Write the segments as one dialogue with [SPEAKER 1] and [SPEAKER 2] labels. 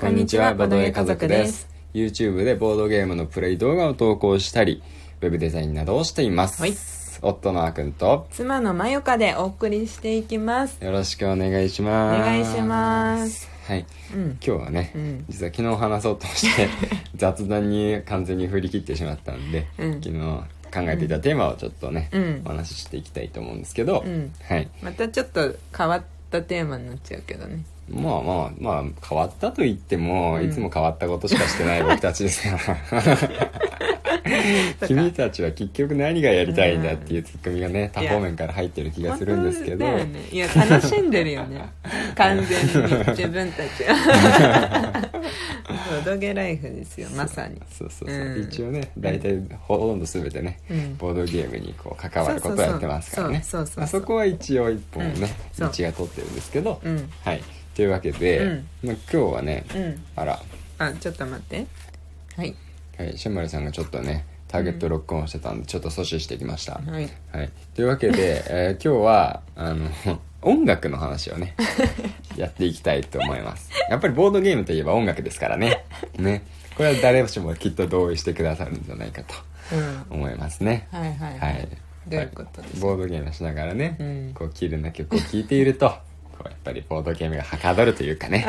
[SPEAKER 1] こんにちはボドゲ家族です
[SPEAKER 2] YouTube でボードゲームのプレイ動画を投稿したりウェブデザインなどをしています、
[SPEAKER 1] はい
[SPEAKER 2] 夫のあくんと
[SPEAKER 1] 妻のまゆかでお送りしていきます
[SPEAKER 2] よろしくお願いします
[SPEAKER 1] お願いします
[SPEAKER 2] はい
[SPEAKER 1] うん
[SPEAKER 2] 今日はね、
[SPEAKER 1] うん
[SPEAKER 2] 実は昨日話そうとして 雑談に完全に振り切ってしまったんで、
[SPEAKER 1] うん
[SPEAKER 2] 昨日考えていたテーマをちょっとね、
[SPEAKER 1] うん
[SPEAKER 2] お話ししていきたいと思うんですけど、
[SPEAKER 1] うん
[SPEAKER 2] はい
[SPEAKER 1] またちょっと変わったテーマになっちゃうけどね
[SPEAKER 2] まあまあまあ変わったと言っても、
[SPEAKER 1] うん
[SPEAKER 2] いつも変わったことしかしてない僕たちですか ら君たちは結局何がやりたいんだっていうツッコミがね多方面から入ってる気がするんですけど、
[SPEAKER 1] 本当だよねいや楽しんでる よね完全に自分たちはボドゲライフですよまさに
[SPEAKER 2] そうそうそう、
[SPEAKER 1] うん
[SPEAKER 2] 一応ね大体ほとんど全てね、
[SPEAKER 1] うん
[SPEAKER 2] ボードゲームにこう関わることをやってますからね
[SPEAKER 1] そうそうそうそうそうそう
[SPEAKER 2] まあそこは一応一本ね、
[SPEAKER 1] うんそう
[SPEAKER 2] 道が通ってるんですけど、
[SPEAKER 1] うん
[SPEAKER 2] はいというわけで、
[SPEAKER 1] うん
[SPEAKER 2] まあ、今日はね、
[SPEAKER 1] うん
[SPEAKER 2] あら、
[SPEAKER 1] あちょっと待ってはい
[SPEAKER 2] はい、シェンマルさんがちょっとねターゲットロックオンしてたんでちょっと阻止してきました、
[SPEAKER 1] はい
[SPEAKER 2] はい、というわけで、えー今日はあの音楽の話を ねやっていきたいと思いますやっぱりボードゲームといえば音楽ですからねねこれは誰しもきっと同意してくださるんじゃないかと
[SPEAKER 1] うん
[SPEAKER 2] 思いますね
[SPEAKER 1] はいはい
[SPEAKER 2] はい、
[SPEAKER 1] どういうことでしょう
[SPEAKER 2] ボードゲームしながらね、
[SPEAKER 1] うん
[SPEAKER 2] こう綺麗な曲を聴いていると こうやっぱりボードゲームがはかどるというか ね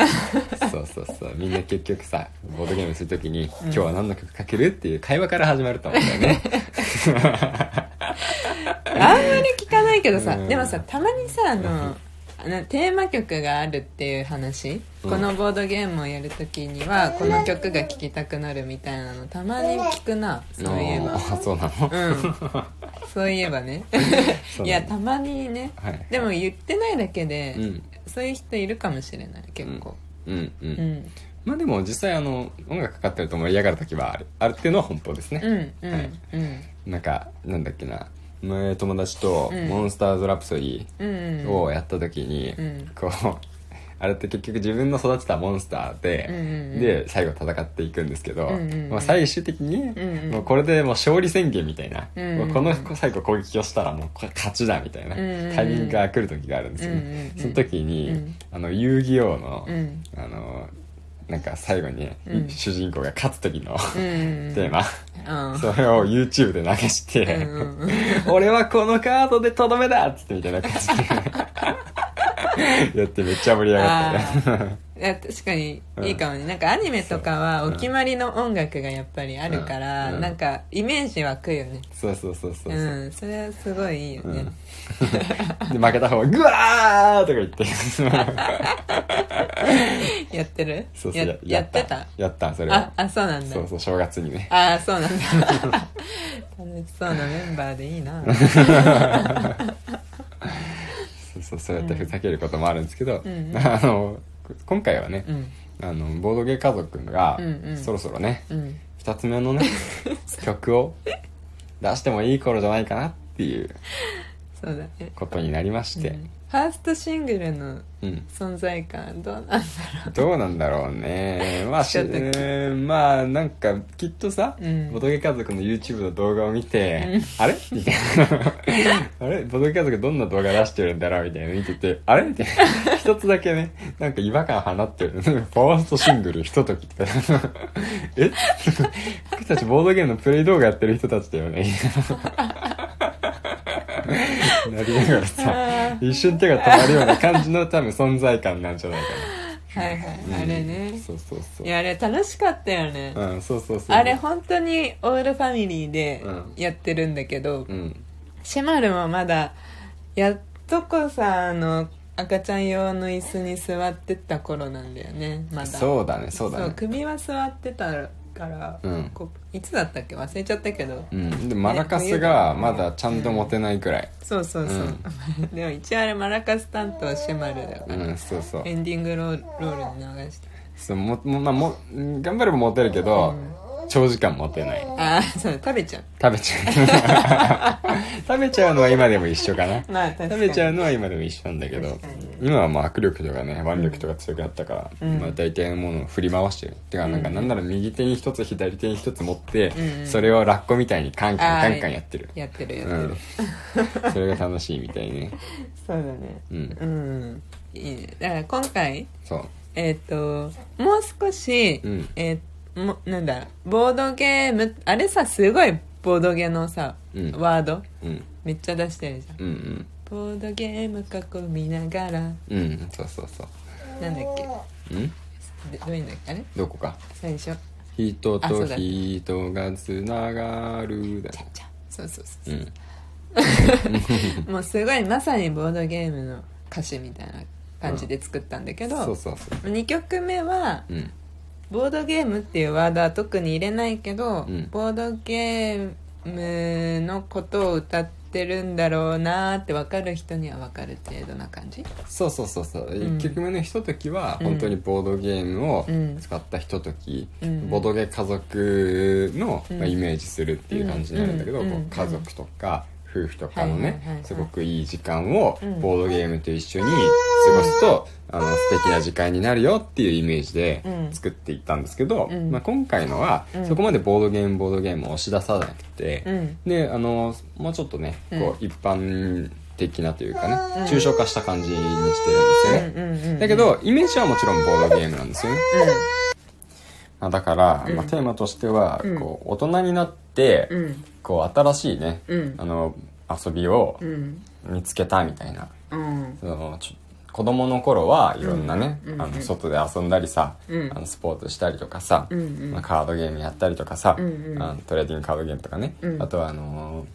[SPEAKER 2] そうそうそうみんな結局さボードゲームするときに、今日は何の曲かける?」っていう会話から始まると思うんだよね
[SPEAKER 1] あんまり聞かないけどさ、
[SPEAKER 2] うん
[SPEAKER 1] でもさたまにさあのあのテーマ曲があるっていう話、
[SPEAKER 2] うん
[SPEAKER 1] このボードゲームをやるときにはこの曲が聴きたくなるみたいなのたまに聞くな そうい え
[SPEAKER 2] あ
[SPEAKER 1] ば
[SPEAKER 2] ーそうなの、
[SPEAKER 1] うんそういえ ばね
[SPEAKER 2] う
[SPEAKER 1] いやたまにね、
[SPEAKER 2] はい
[SPEAKER 1] でも言ってないだけで、
[SPEAKER 2] うん
[SPEAKER 1] そういう人いるかもしれない結構
[SPEAKER 2] うんうん、
[SPEAKER 1] うんうん
[SPEAKER 2] まあでも実際あの音楽かかってると盛り上がる時はあるあるっていうのは本当です
[SPEAKER 1] う
[SPEAKER 2] ね、
[SPEAKER 1] んうん、
[SPEAKER 2] はいなんかなんだっけな前友達と
[SPEAKER 1] うん
[SPEAKER 2] 「モンスターズ・ラプソディ」
[SPEAKER 1] うんうん
[SPEAKER 2] をやった時に、
[SPEAKER 1] うん
[SPEAKER 2] こう あれって結局自分の育てたモンスターで、
[SPEAKER 1] うんうんうん
[SPEAKER 2] で最後戦っていくんですけど、
[SPEAKER 1] うんうんうん
[SPEAKER 2] まあ、最終的に、
[SPEAKER 1] んうん
[SPEAKER 2] もうこれでもう勝利宣言みたいな、
[SPEAKER 1] うんうんうん
[SPEAKER 2] もうこの子最後攻撃をしたらもうこれ勝ちだみたいな、
[SPEAKER 1] うんうんうん
[SPEAKER 2] タイミングが来る時があるんですよね、
[SPEAKER 1] うんうんうん
[SPEAKER 2] その時に、
[SPEAKER 1] うん
[SPEAKER 2] あの遊戯王の、
[SPEAKER 1] うん
[SPEAKER 2] あのなんか最後に、
[SPEAKER 1] うん
[SPEAKER 2] 主人公が勝つ時の、
[SPEAKER 1] うんう ん
[SPEAKER 2] テーマ、
[SPEAKER 1] うん
[SPEAKER 2] それを YouTube で流して、
[SPEAKER 1] うんうん
[SPEAKER 2] 俺はこのカードでとどめだっつってみたいな感じで やってめっちゃ盛り上がったね
[SPEAKER 1] あーいや確かにいいかもね、なんかアニメとかはお決まりの音楽がやっぱりあるから、
[SPEAKER 2] うんうん
[SPEAKER 1] なんかイメージ湧くよね
[SPEAKER 2] そうそうそうそうう、うん
[SPEAKER 1] それはすごいいいよね、
[SPEAKER 2] んで負けた方は「グワー!」とか言って
[SPEAKER 1] やってる
[SPEAKER 2] そうそう
[SPEAKER 1] や
[SPEAKER 2] や
[SPEAKER 1] やってた
[SPEAKER 2] やったそれ
[SPEAKER 1] あ
[SPEAKER 2] は
[SPEAKER 1] あそうなんだ
[SPEAKER 2] そうそう正月に ね
[SPEAKER 1] ああそうなんだ 楽しそうなメンバーでいいな
[SPEAKER 2] そうそうそうやってふざけることもあるんですけど、
[SPEAKER 1] んうん
[SPEAKER 2] あの今回はね
[SPEAKER 1] う、ん
[SPEAKER 2] あのボードゲー家族が、
[SPEAKER 1] うんうん
[SPEAKER 2] そろそろね
[SPEAKER 1] うん
[SPEAKER 2] 2つ目の ね曲を出してもいい頃じゃないかなっていう
[SPEAKER 1] そうだね
[SPEAKER 2] ことになりまして、
[SPEAKER 1] うんファーストシングルの
[SPEAKER 2] うん
[SPEAKER 1] 存在感どうなんだろ
[SPEAKER 2] どうなんだろう ねまあし
[SPEAKER 1] ちょっと聞
[SPEAKER 2] うんまあなんかきっとさ、
[SPEAKER 1] うん
[SPEAKER 2] ボトゲ家族の YouTube の動画を見て、あれみたい なあれボトゲ家族どんな動画出してるんだろうみたいなの見ててあれみたいな一つだけねなんか違和感放ってるファーストシングルひとときって え僕たちボードゲームのプレイ動画やってる人たちだよ ねなりながらさ一瞬手が止まるような感じの多分存在感なんじゃないかな
[SPEAKER 1] うはいはい、あれね
[SPEAKER 2] そうそうそう
[SPEAKER 1] いやあれ楽しかったよね、
[SPEAKER 2] うんそうそうそう
[SPEAKER 1] あれ本当にオールファミリーで
[SPEAKER 2] うん
[SPEAKER 1] やってるんだけど、
[SPEAKER 2] うん
[SPEAKER 1] シェマルもまだやっとこさあの赤ちゃん用の椅子に座ってった頃なんだよねまだ
[SPEAKER 2] そうだねそうだ
[SPEAKER 1] そう
[SPEAKER 2] ね
[SPEAKER 1] 首は座ってたから、
[SPEAKER 2] うん
[SPEAKER 1] こいつだったっけ忘れちゃったけど、
[SPEAKER 2] うんでマラカスがまだちゃんと持てないくらい
[SPEAKER 1] そうそうそう、 でも一応あれマラカス担当はシェマルだか
[SPEAKER 2] う
[SPEAKER 1] ら、
[SPEAKER 2] んそうそう
[SPEAKER 1] エンディングロールロールに流して
[SPEAKER 2] そうももまあもうん頑張れば持てるけど長時間持てない
[SPEAKER 1] ああそう食べちゃう
[SPEAKER 2] 食べちゃう 食べちゃうのは今でも一緒かな
[SPEAKER 1] まあ確かに
[SPEAKER 2] 食べちゃうのは今でも一緒なんだけど
[SPEAKER 1] 確かに
[SPEAKER 2] 今はもう握力とかね腕力とか強くなったから、まあ、大体のものを振り回してるてかなんかなんなら右手に一つ左手に一つ持って、それをラッコみたいにカンカンカンカンやってる
[SPEAKER 1] やってるやって
[SPEAKER 2] う
[SPEAKER 1] る、
[SPEAKER 2] ん、それが楽しいみたいね
[SPEAKER 1] そうだね
[SPEAKER 2] うん
[SPEAKER 1] うんいいねだから今回
[SPEAKER 2] そう
[SPEAKER 1] えっ、ともう少し、
[SPEAKER 2] うん
[SPEAKER 1] えーもなんだボードゲームあれさすごいボードゲーのさ、
[SPEAKER 2] うん
[SPEAKER 1] ワード
[SPEAKER 2] うん
[SPEAKER 1] めっちゃ出してるじゃん
[SPEAKER 2] うん
[SPEAKER 1] ボードゲーム囲みながらなん
[SPEAKER 2] うんうんそうそうそ
[SPEAKER 1] だっけ
[SPEAKER 2] ううん
[SPEAKER 1] でどういうんだっけあれ
[SPEAKER 2] どこか
[SPEAKER 1] 最初
[SPEAKER 2] 人
[SPEAKER 1] あそ
[SPEAKER 2] と
[SPEAKER 1] うだ
[SPEAKER 2] 人がつながるだよ
[SPEAKER 1] じゃあそうそうそう
[SPEAKER 2] う
[SPEAKER 1] そ
[SPEAKER 2] ん
[SPEAKER 1] うもうすごいまさにボードゲームの歌詞みたいな感じで作ったんだけ
[SPEAKER 2] そう
[SPEAKER 1] ど、
[SPEAKER 2] そうそ
[SPEAKER 1] 二2曲目は
[SPEAKER 2] ううん
[SPEAKER 1] ボードゲームっていうワードは特に入れないけど、
[SPEAKER 2] うん
[SPEAKER 1] ボードゲームのことを歌ってるんだろうなーって分かる人には分かる程度な感じ
[SPEAKER 2] そうそうそうそう、1
[SPEAKER 1] ん
[SPEAKER 2] 曲目のひとときは
[SPEAKER 1] うん
[SPEAKER 2] 本当にボードゲームを
[SPEAKER 1] うん
[SPEAKER 2] 使ったひととき、
[SPEAKER 1] うん
[SPEAKER 2] ボードゲ家族の、
[SPEAKER 1] うん
[SPEAKER 2] まあ、イメージするっていう感じになるんだけど、
[SPEAKER 1] うん
[SPEAKER 2] こう
[SPEAKER 1] うん
[SPEAKER 2] 家族とか夫婦とかのね、
[SPEAKER 1] はいはいはいはい
[SPEAKER 2] すごくいい時間を
[SPEAKER 1] うん
[SPEAKER 2] ボードゲームと一緒に過ごすと、あの素敵な時間になるよっていうイメージで
[SPEAKER 1] うん
[SPEAKER 2] 作っていったんですけど、
[SPEAKER 1] うん
[SPEAKER 2] まあ、今回のは
[SPEAKER 1] うん
[SPEAKER 2] そこまでボードゲームボードゲームを押し出さなくて、
[SPEAKER 1] うん
[SPEAKER 2] であのもうちょっとねこう一般的なというかね、
[SPEAKER 1] うん
[SPEAKER 2] 抽象化した感じにしてるんですよね、
[SPEAKER 1] うんうんうん
[SPEAKER 2] だけどイメージはもちろんボードゲームなんですよね、まあ、だから、まあ、テーマとしては、
[SPEAKER 1] うん
[SPEAKER 2] こう大人になって、
[SPEAKER 1] うんうん
[SPEAKER 2] こう新しいね、
[SPEAKER 1] うん
[SPEAKER 2] あの遊びを
[SPEAKER 1] うん
[SPEAKER 2] 見つけたみたいな、
[SPEAKER 1] うん
[SPEAKER 2] そのちょ子供の頃はいろんなね、
[SPEAKER 1] うん
[SPEAKER 2] あ
[SPEAKER 1] うん
[SPEAKER 2] の外で遊んだりさ、
[SPEAKER 1] うん
[SPEAKER 2] あのスポーツしたりとかさ、
[SPEAKER 1] うんうん
[SPEAKER 2] まあ、カードゲームやったりとかさ、
[SPEAKER 1] うんうん
[SPEAKER 2] あのトレーディングカードゲームとかね、
[SPEAKER 1] うん
[SPEAKER 2] あとはあの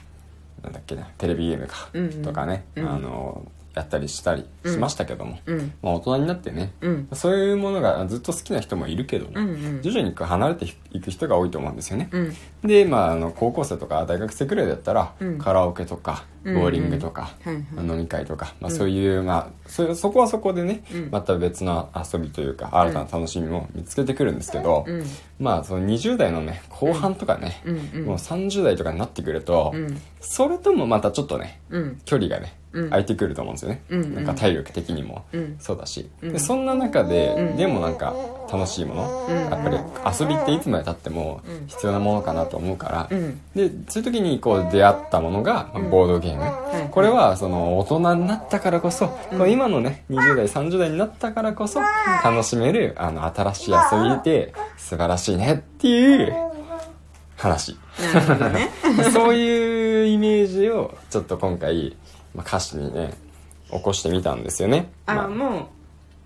[SPEAKER 2] ーなんだっけなテレビゲームか、
[SPEAKER 1] うんうん
[SPEAKER 2] とかね、
[SPEAKER 1] うん
[SPEAKER 2] あのーやったりしたりしましたけども、
[SPEAKER 1] うん
[SPEAKER 2] まあ、大人になってね、
[SPEAKER 1] うん
[SPEAKER 2] そういうものがずっと好きな人もいるけども、
[SPEAKER 1] うんうん
[SPEAKER 2] 徐々にこう離れていく人が多いと思うんですよね。
[SPEAKER 1] うん
[SPEAKER 2] で、まあ、あの高校生とか大学生くらいだったら、
[SPEAKER 1] うん
[SPEAKER 2] カラオケとか
[SPEAKER 1] う
[SPEAKER 2] ボ
[SPEAKER 1] んうん
[SPEAKER 2] ーリングとか、
[SPEAKER 1] はいはい
[SPEAKER 2] 飲み会とか、まあ、そういう、まあそそこはそこでね、
[SPEAKER 1] うん
[SPEAKER 2] また別の遊びというか新たな楽しみも見つけてくるんですけど、
[SPEAKER 1] うん
[SPEAKER 2] まあその20代のね後半とかね、
[SPEAKER 1] うんうん
[SPEAKER 2] もう30代とかになってくると、
[SPEAKER 1] うん
[SPEAKER 2] それともまたちょっとね
[SPEAKER 1] うん
[SPEAKER 2] 距離がね、
[SPEAKER 1] うん
[SPEAKER 2] 空いてくると思うんですよね、
[SPEAKER 1] うんうん
[SPEAKER 2] なんか体力的にも
[SPEAKER 1] うん
[SPEAKER 2] そうだし、
[SPEAKER 1] うん
[SPEAKER 2] でそんな中で、
[SPEAKER 1] うん
[SPEAKER 2] でもなんか楽しいもの、
[SPEAKER 1] うん
[SPEAKER 2] やっぱり遊びっていつまでたっても
[SPEAKER 1] うん
[SPEAKER 2] 必要なものかなと思うから、
[SPEAKER 1] うん
[SPEAKER 2] でそういう時にこう出会ったものが、まあボードゲーム、
[SPEAKER 1] い
[SPEAKER 2] これはその大人になったからこそ、こう今のね20代30代になったからこそ楽しめるあの新しい遊びで素晴らしいねっていう話
[SPEAKER 1] なるほど ね
[SPEAKER 2] そういうイメージをちょっと今回、まあ、歌詞にね起こしてみたんですよね、
[SPEAKER 1] あ
[SPEAKER 2] ま
[SPEAKER 1] もう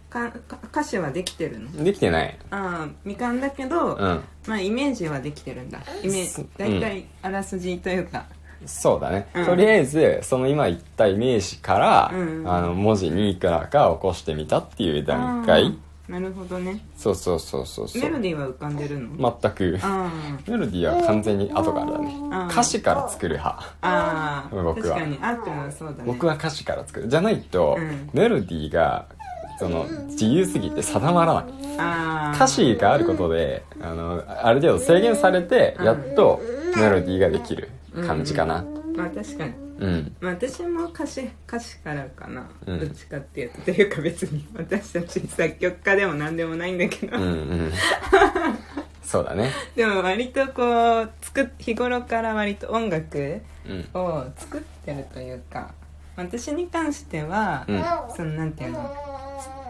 [SPEAKER 1] かか歌詞はできてるの
[SPEAKER 2] あできてない
[SPEAKER 1] ああ未完だけど、
[SPEAKER 2] うん
[SPEAKER 1] まあイメージはできてるんだイメ
[SPEAKER 2] そ
[SPEAKER 1] ー
[SPEAKER 2] う
[SPEAKER 1] ジ大体あらすじというか、
[SPEAKER 2] そうだね、
[SPEAKER 1] うん
[SPEAKER 2] とりあえずその今言ったイメージから、
[SPEAKER 1] うん
[SPEAKER 2] あの文字にいくらか起こしてみたっていう段階、
[SPEAKER 1] あーなるほどね
[SPEAKER 2] そうそうそうそうそう
[SPEAKER 1] メロディーは浮かんでるの、
[SPEAKER 2] 全く
[SPEAKER 1] あ
[SPEAKER 2] メロディーは完全に後からだね
[SPEAKER 1] ん
[SPEAKER 2] 歌詞から作る派
[SPEAKER 1] あああ
[SPEAKER 2] 僕は
[SPEAKER 1] 確かにあってもそうだね
[SPEAKER 2] 僕は歌詞から作るじゃないと、
[SPEAKER 1] うん
[SPEAKER 2] メロディーがその自由すぎて定まらない
[SPEAKER 1] ああ
[SPEAKER 2] 歌詞があることであのある程度制限されてやっとメロディーができる感じかな
[SPEAKER 1] まあ確かに、
[SPEAKER 2] うん、
[SPEAKER 1] まあ、私も歌詞歌詞からかな、
[SPEAKER 2] うん
[SPEAKER 1] どっちかっていうとというか別に 私たち作曲家でも何でもないんだけど、
[SPEAKER 2] うん、うん そうだね
[SPEAKER 1] でも割とこう作っ日頃から割と音楽
[SPEAKER 2] うん
[SPEAKER 1] を作ってるというか私に関しては、
[SPEAKER 2] うん
[SPEAKER 1] そのなんていうの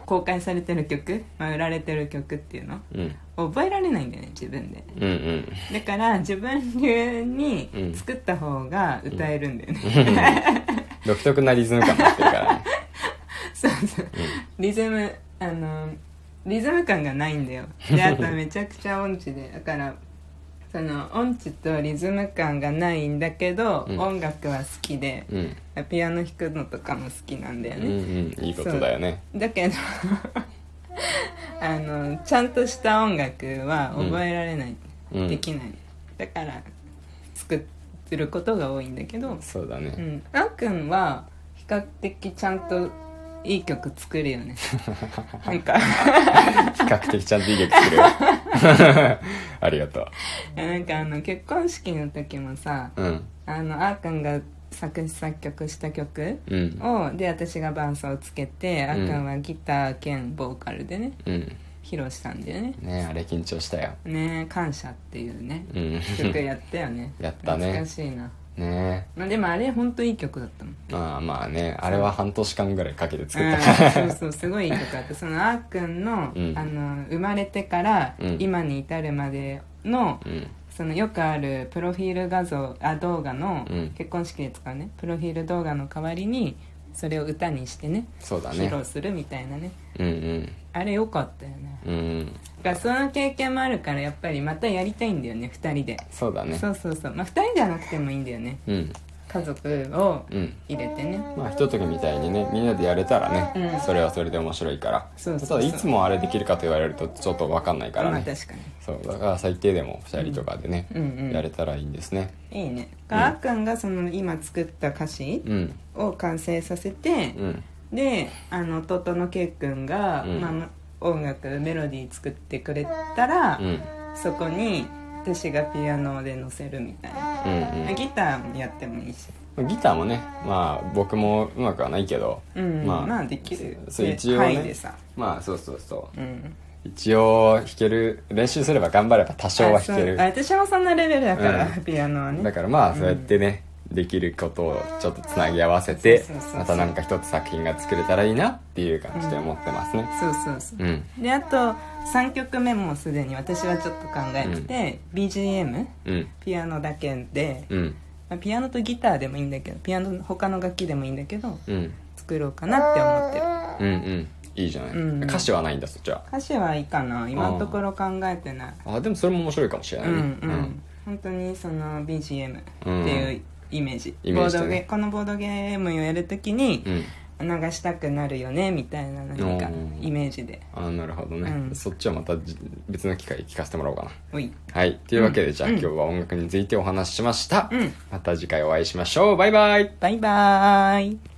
[SPEAKER 1] 公開されてる曲、まあ、売られてる曲っていうの
[SPEAKER 2] うん
[SPEAKER 1] を覚えられないんだよね自分で
[SPEAKER 2] うんうん
[SPEAKER 1] だから自分流に
[SPEAKER 2] うん
[SPEAKER 1] 作った方が歌えるんだよね、
[SPEAKER 2] 独特なリズム感持ってるからね
[SPEAKER 1] そうそうリズムあのリズム感がないんだ よであとめちゃくちゃ音痴でだからその音痴とリズム感がないんだけど、
[SPEAKER 2] うん
[SPEAKER 1] 音楽は好きで
[SPEAKER 2] うん
[SPEAKER 1] ピアノ弾くのとかも好きなんだよ
[SPEAKER 2] う
[SPEAKER 1] ね、
[SPEAKER 2] んうんいいことだよね
[SPEAKER 1] だけど あのちゃんとした音楽は覚えられない、
[SPEAKER 2] うん
[SPEAKER 1] できないだから作ってることが多いんだけど、
[SPEAKER 2] そうだ
[SPEAKER 1] う
[SPEAKER 2] ね
[SPEAKER 1] ん、あんくんは比較的ちゃんといい曲作るよねなんか
[SPEAKER 2] 比較的ちゃんといい曲作る ありがと
[SPEAKER 1] なんかあの結婚式の時もさ
[SPEAKER 2] ううん
[SPEAKER 1] あのあーくんが作詞作曲した曲
[SPEAKER 2] うん
[SPEAKER 1] をで私が伴奏をつけて、あーく
[SPEAKER 2] うん
[SPEAKER 1] んはギター兼ボーカルでね
[SPEAKER 2] うん
[SPEAKER 1] 披露したんだよね
[SPEAKER 2] ねあれ緊張したよ
[SPEAKER 1] ねえ感謝っていうね
[SPEAKER 2] うん
[SPEAKER 1] 曲やったよね
[SPEAKER 2] やったね
[SPEAKER 1] 懐かしいな
[SPEAKER 2] ね
[SPEAKER 1] まあでもあれ本当いい曲だったもん
[SPEAKER 2] えまあまあねあれは半年間ぐらいかけて作ったから
[SPEAKER 1] うん、そうそうすごいいい曲だったそのあーくんの,、
[SPEAKER 2] うん
[SPEAKER 1] あの生まれてから
[SPEAKER 2] うん
[SPEAKER 1] 今に至るまでの、
[SPEAKER 2] うん
[SPEAKER 1] そのよくあるプロフィール画像あ動画の、
[SPEAKER 2] うん
[SPEAKER 1] 結婚式で使うねプロフィール動画の代わりにそれを歌にしてね
[SPEAKER 2] そうだ
[SPEAKER 1] 披
[SPEAKER 2] ね
[SPEAKER 1] 露するみたいなね
[SPEAKER 2] うんうん
[SPEAKER 1] あれよかったよね
[SPEAKER 2] うん
[SPEAKER 1] だからその経験もあるからやっぱりまたやりたいんだよね2人で、
[SPEAKER 2] そうだね
[SPEAKER 1] そうそうそうまあ2人じゃなくてもいいんだよね
[SPEAKER 2] うん
[SPEAKER 1] 家族を
[SPEAKER 2] うん
[SPEAKER 1] 入れてね
[SPEAKER 2] まあひとときみたいにねみんなでやれたらね、
[SPEAKER 1] うん
[SPEAKER 2] それはそれで面白いから
[SPEAKER 1] そうそうそう
[SPEAKER 2] ただいつもあれできるかと言われるとちょっと分かんないから
[SPEAKER 1] まあ
[SPEAKER 2] ね、
[SPEAKER 1] 確かに
[SPEAKER 2] そうだから最低でも2人とかでね、
[SPEAKER 1] うんうん
[SPEAKER 2] やれたらいいんですね
[SPEAKER 1] いいねあーくんがその今作った歌詞
[SPEAKER 2] うん
[SPEAKER 1] を完成させて、
[SPEAKER 2] うん
[SPEAKER 1] であの弟のけいくんが、
[SPEAKER 2] うん
[SPEAKER 1] まあ、音楽メロディー作ってくれたら、
[SPEAKER 2] うん
[SPEAKER 1] そこに私がピアノで乗せるみたいな、
[SPEAKER 2] うんうん
[SPEAKER 1] ギターもやってもいいし、
[SPEAKER 2] ギターもねまあ僕もうまくはないけど、
[SPEAKER 1] うん
[SPEAKER 2] まあ
[SPEAKER 1] まあできる
[SPEAKER 2] そう
[SPEAKER 1] で
[SPEAKER 2] 一応ね
[SPEAKER 1] 範囲でさ、
[SPEAKER 2] まあそうそうそう
[SPEAKER 1] うん、
[SPEAKER 2] 一応弾ける練習すれば頑張れば多少は弾け
[SPEAKER 1] あ
[SPEAKER 2] る
[SPEAKER 1] そうあ私もそんなレベルだから、
[SPEAKER 2] うん
[SPEAKER 1] ピアノはね
[SPEAKER 2] だからまあそうやってね、できることをちょっとつなぎ合わせて
[SPEAKER 1] そうそうそうそう
[SPEAKER 2] またなんか一つ作品が作れたらいいなっていう感じで思ってますね
[SPEAKER 1] そうそうそう、
[SPEAKER 2] うん
[SPEAKER 1] であと3曲目もすでに私はちょっと考えてて、BGM
[SPEAKER 2] うん
[SPEAKER 1] ピアノだけで、
[SPEAKER 2] うん
[SPEAKER 1] まあピアノとギターでもいいんだけどピアノの他の楽器でもいいんだけど
[SPEAKER 2] うん
[SPEAKER 1] 作ろうかなって思って
[SPEAKER 2] う
[SPEAKER 1] る
[SPEAKER 2] んうんいいじゃない、
[SPEAKER 1] うん
[SPEAKER 2] 歌詞はないんだそっちは
[SPEAKER 1] 歌詞はいいかな今のところ考えてない
[SPEAKER 2] あでもそれも面白いかもしれ
[SPEAKER 1] う
[SPEAKER 2] ない
[SPEAKER 1] んう
[SPEAKER 2] ね
[SPEAKER 1] ん、本当にその BGM っていうイメージ,、
[SPEAKER 2] イメ
[SPEAKER 1] ボ
[SPEAKER 2] ー
[SPEAKER 1] ー
[SPEAKER 2] ジだ
[SPEAKER 1] ド
[SPEAKER 2] ね
[SPEAKER 1] ゲこのボードゲームをやるときに
[SPEAKER 2] うん、うん
[SPEAKER 1] 流したくなるよねみたいな何か
[SPEAKER 2] うん
[SPEAKER 1] イメージで
[SPEAKER 2] あなるほどね、
[SPEAKER 1] うん
[SPEAKER 2] そっちはまたじ別の機会聞かせてもらおうかな
[SPEAKER 1] おい
[SPEAKER 2] はいというわけで、じゃあ、今日は音楽についてお話ししました、
[SPEAKER 1] うん
[SPEAKER 2] また次回お会いしましょうバイバイ
[SPEAKER 1] バイバーイ